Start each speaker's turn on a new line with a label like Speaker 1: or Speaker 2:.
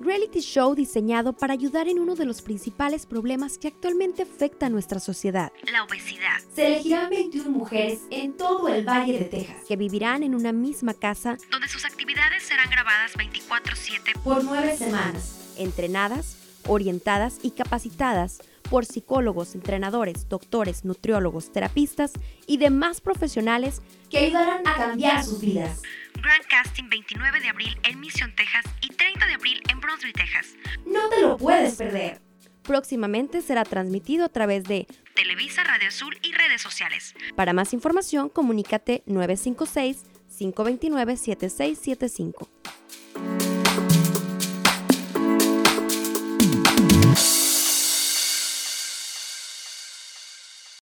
Speaker 1: reality show diseñado para ayudar en uno de los principales problemas que actualmente afecta a nuestra sociedad,
Speaker 2: la obesidad.
Speaker 1: Se elegirán 21 mujeres en todo el Valle de Texas, que vivirán en una misma casa
Speaker 2: donde sus actividades serán grabadas 24/7
Speaker 1: por nueve semanas, entrenadas, orientadas y capacitadas por psicólogos, entrenadores, doctores, nutriólogos, terapistas y demás profesionales que ayudarán a cambiar sus vidas.
Speaker 2: Grand Casting 29 de abril en Mission, Texas y 30 de abril en Brownsville, Texas.
Speaker 1: No te lo puedes perder. Próximamente será transmitido a través de
Speaker 2: Televisa, Radio Azul y redes sociales.
Speaker 1: Para más información, comunícate 956 529 7675.